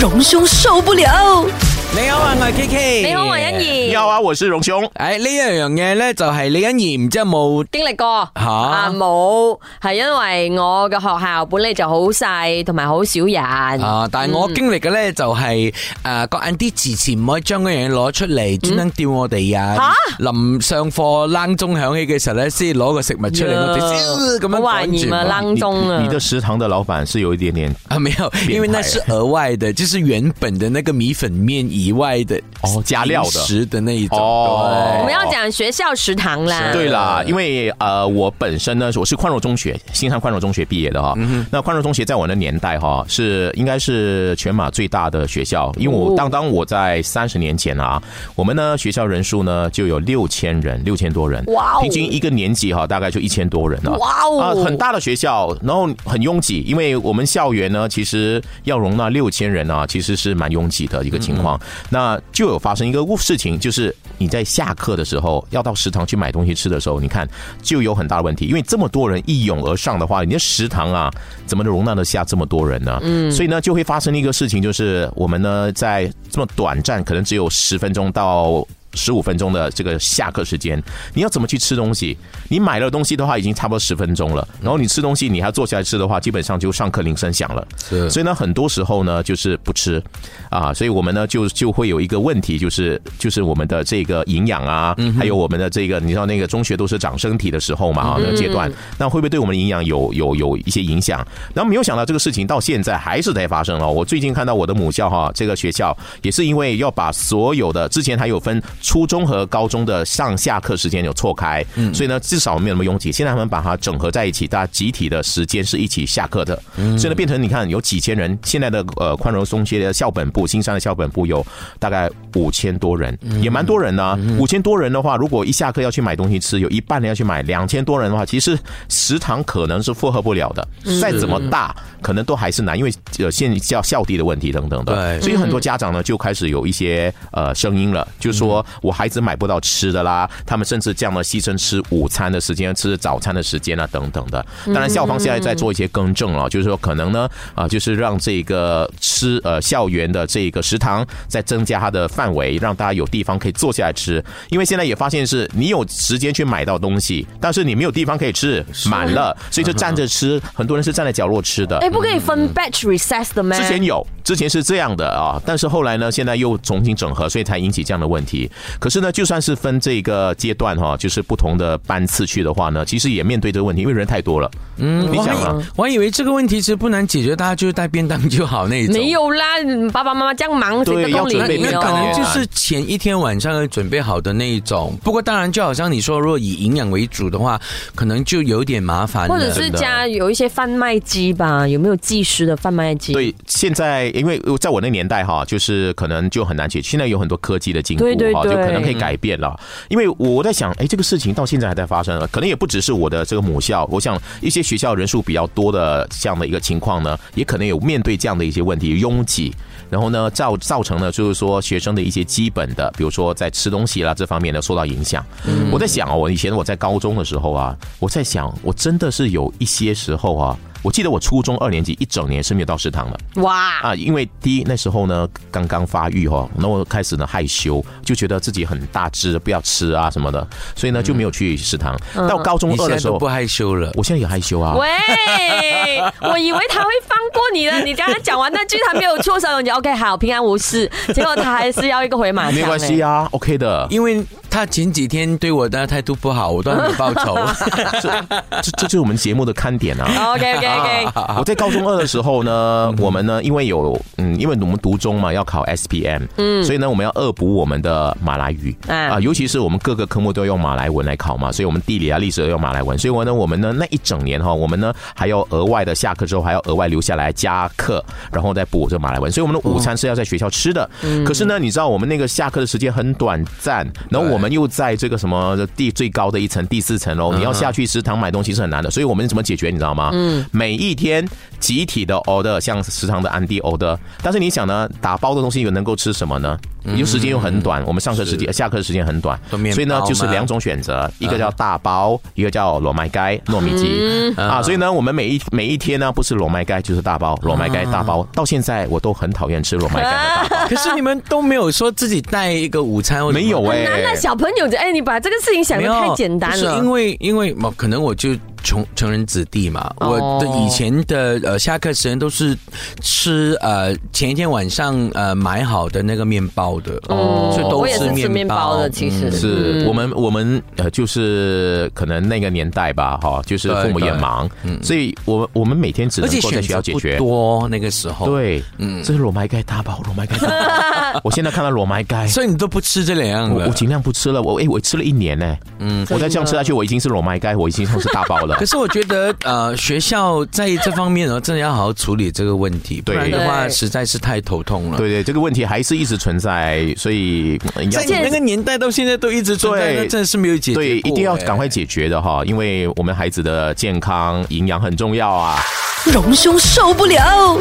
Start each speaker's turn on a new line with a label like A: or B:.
A: 荣兄受不了。
B: 你好啊，我系 K K。
C: 你好，我欣。怡，
D: 你好啊，我是荣兄。
B: 诶，呢一样嘢咧就系李欣怡唔知有冇
C: 經歷過
B: 嚇
C: 啊冇，係因為我嘅學校本嚟就好細，同埋好少人。
B: 啊，但系我經歷嘅咧就係诶個 a n 遲遲唔可以將嗰樣嘢攞出嚟，專登吊我哋啊！臨上課冷鐘響起嘅時候咧，先攞個食物出嚟，
C: 呀
B: 我哋咁樣
C: 好懷
B: 趕
C: 念
B: 住
C: 啊，
B: 我。
C: 冷中啊
D: 你，你的食堂的老板是有一点点
B: 啊，没 有，因为那是額外的，就是原本的那個米粉面以外的
D: 哦加料的
B: 零食的那一種。
D: 哦
C: 我們要講學校食堂啦。
D: 对啦，因为呃，我本身呢，我是宽容中学，新山宽容中学毕业的
C: 嗯
D: 哈。那宽容中学在我那年代哈，是应该是全马最大的学校，因为
C: 哦
D: 我当当我在三十年前啊，我们呢学校人数呢就有六千人，六千多人，
C: 哇哦
D: 平均一个年级哈大概就一千多人啊。
C: 哇哦
D: 啊，很大的学校，然后很拥挤，因为我们校园呢，其实要容纳六千人啊，其实是蛮拥挤的一个情况。那就有发生一个事情，就是你在下课的时候要到食堂去买东西吃的时候，你看就有很大的问题，因为这么多人一涌而上的话，你的食堂啊，怎么能容纳得下这么多人呢？嗯，所以呢，就会发生一个事情，就是我们呢在这么短暂，可能只有十分钟到十五分钟的这个下课时间，你要怎么去吃东西？你买了东西的话，已经差不多十分钟了，然后你吃东西，你还坐下来吃的话，基本上就上课铃声响了。
B: 是
D: 所以呢，很多时候呢，就是不吃啊，所以我们呢就就会有一个问题，就是就是我们的这个营养啊，还有我们的这个，你知道那个中学都是长身体的时候嘛，啊，那个阶段，那会不会对我们的营养有有有一些影响？然后没有想到这个事情到现在还是在发生了。我最近看到我的母校哈，这个学校也是因为要把所有的之前还有分初中和高中的上下课时间有错开，所以呢至少没有那么拥挤。现在他们把它整合在一起，大家集体的时间是一起下课的，所以呢变成你看有几千人，现在的呃宽容中学的校本部、新山的校本部有大概五千多人，也蛮多人呢、啊五千多人的话，如果一下课要去买东西吃，有一半人要去买；两千多人的话，其实食堂可能是负荷不了的。再怎么大，可能都还是难，因为呃现校校地的问题等等
B: 对
D: 的。所以很多家长呢就开始有一些呃声音了，就说我孩子买不到吃的啦，他们甚至这样的牺牲吃午餐的时间、吃早餐的时间啊等等的。当然，校方现在在做一些更正了，就是说可能呢啊、就是让这个吃呃校园的这个食堂再增加它的范围，让大家有地方可以坐下来吃。因为现在也发现是你有时间去买到东西，但是你没有地方可以吃，满了，所以就站着吃，很多人是站在角落吃的。
C: 诶，不可以分 batch recess 的咩？
D: 之前有，之前是这样的啊，但是后来呢，现在又重新整合，所以才引起这样的问题。可是呢，就算是分这个阶段哈、就是不同的班次去的话呢，其实也面对这个问题，因为人太多了。嗯，你
B: 我
D: 想
B: 还
D: 啊
B: 以，我还以為這個問題其實不難解決，大家就是帶便當就好那一種。
C: 没有啦，爸爸妈妈这样忙，谁
D: 对
C: 得供
D: 要准备
C: 理
B: 你
C: 你
B: 们
D: 面
B: 可
D: 包
B: 能
C: 哦？
B: 就是前一天晚上准备好的那一种，不过当然，就好像你说，如果以营养为主的话，可能就有点麻烦了。
C: 或者是加有一些贩卖机吧？有没有计时的贩卖机？
D: 对，现在因为在我那年代哈，就是可能就很难解决。现在有很多科技的进步
C: 对对
D: 哈，就
C: 对
D: 可能可以改变了。因为我在想，哎，这个事情到现在还在发生，可能也不只是我的这个母校，我想一些学校人数比较多的这样的一个情况呢，也可能有面对这样的一些问题，拥挤。然后呢，造造成了就是说学生的一些基本的，比如说在吃东西啦这方面呢受到影响。
C: 嗯
D: 我在想啊，我以前我在高中的时候啊，我在想，我真的是有一些时候啊，我记得我初中二年级一整年是没有到食堂的。
C: 哇，
D: 啊，因为第一那时候呢刚刚发育哦，那我开始呢害羞，就觉得自己很大只，不要吃啊什么的，所以呢就没有去食堂。到高
B: 嗯
D: 中
B: 你
D: 二
B: 现
D: 的
B: 在
D: 时
B: 都
D: 候
B: 不，害羞了，
D: 我现在也害羞啊。
C: 喂，我以为他会放过你的，你刚刚讲完那句他没有错手，你就 OK 好平安无事，结果他还是要一个回马枪。
D: 没关系
C: 啊，
D: 啊，OK 的，
B: 因为他前几天对我的态度不好，我都很报 仇。
D: 这这就是我们节目的看点啊。
C: OK OK OK，
D: 啊 我在高中二的时候呢，我们呢因为有嗯，因为我们读中嘛要考 SPM，嗯，所以呢我们要恶补我们的马来语
C: 啊
D: 啊，尤其是我们各个科目都要用马来文来考嘛，所以我们地理啊、历史都用马来文，所以我呢我们呢那一整年哈，我们呢还要额外的下课之后还要额外留下来加课，然后再补这马来文，所以我们的午餐是要在学校吃的。可是呢，你知道我们那个下课的时间很短暂，然后我们又在这个什么地最高的一层第四层
B: 嗯
D: 楼，你要下去食堂买东西是很难的，所以我们怎么解决你知道吗？嗯，每一天集体的 order，像食堂的安迪 order，但是你想呢，打包的东西又能够吃什么呢？又时间又很短，我们上课时间、下课时间很短，
B: 嗯都面包
D: 所以呢
B: 嘛嗯
D: 就是两种选择，一个叫大包，一个叫裸麦盖糯米
B: 嗯
D: 鸡啊，所以呢我们每一每一天呢不是裸麦盖就是大包，裸麦盖
B: 啊
D: 大包，到现在我都很讨厌吃裸麦 盖的大包，
B: 可是你们都没有说自己带一个午餐，
D: 没有
C: 很
D: 哎、
C: 难啊，小朋友，哎，你把这个事情想
B: 没
C: 的
B: 有，
C: 太简单
B: 不
C: 了
B: 是因。为因为嘛，可能我就穷穷人子弟嘛，
C: 哦
B: 我的以前的呃下课时间都是吃呃前一天晚上呃买好的那个面包的，哦，所以都
C: 我也是吃面包的，其实
B: 嗯
D: 是我们我们呃，就是可能那个年代吧，哈，就是
B: 对
D: 父母也
B: 对嗯
D: 忙，所以我我们每天只
B: 而
D: 能
B: 且
D: 够在
B: 选
D: 学校
B: 择
D: 解
B: 不
D: 决。
B: 多那个时候，，
D: 对，嗯，这是裸麦盖大包，裸麦 盖大包。我现在看到裸麦盖，
B: 所以你都不吃这两样
D: 我
B: 了
D: 我。尽量不吃了。我哎，我吃了一年呢。嗯，我再这样吃下去，我已经是裸麦盖，我已经算是大包 了
B: 可。是我觉得，呃，学校在这方面呢，哦真的要好好处理这个问题，不
D: 对
B: 然的话
C: 对
B: 实在是太头痛了。
D: 对对，这个问题还是一直存在，所以嗯要
B: 在你那个年代到现在都一直存在，
D: 对
B: 那真的是没有解决
D: 对，一定要
B: 过哎
D: 赶快解决的哈，因为我们孩子的健康营养很重要啊。
A: 隆兄受不了。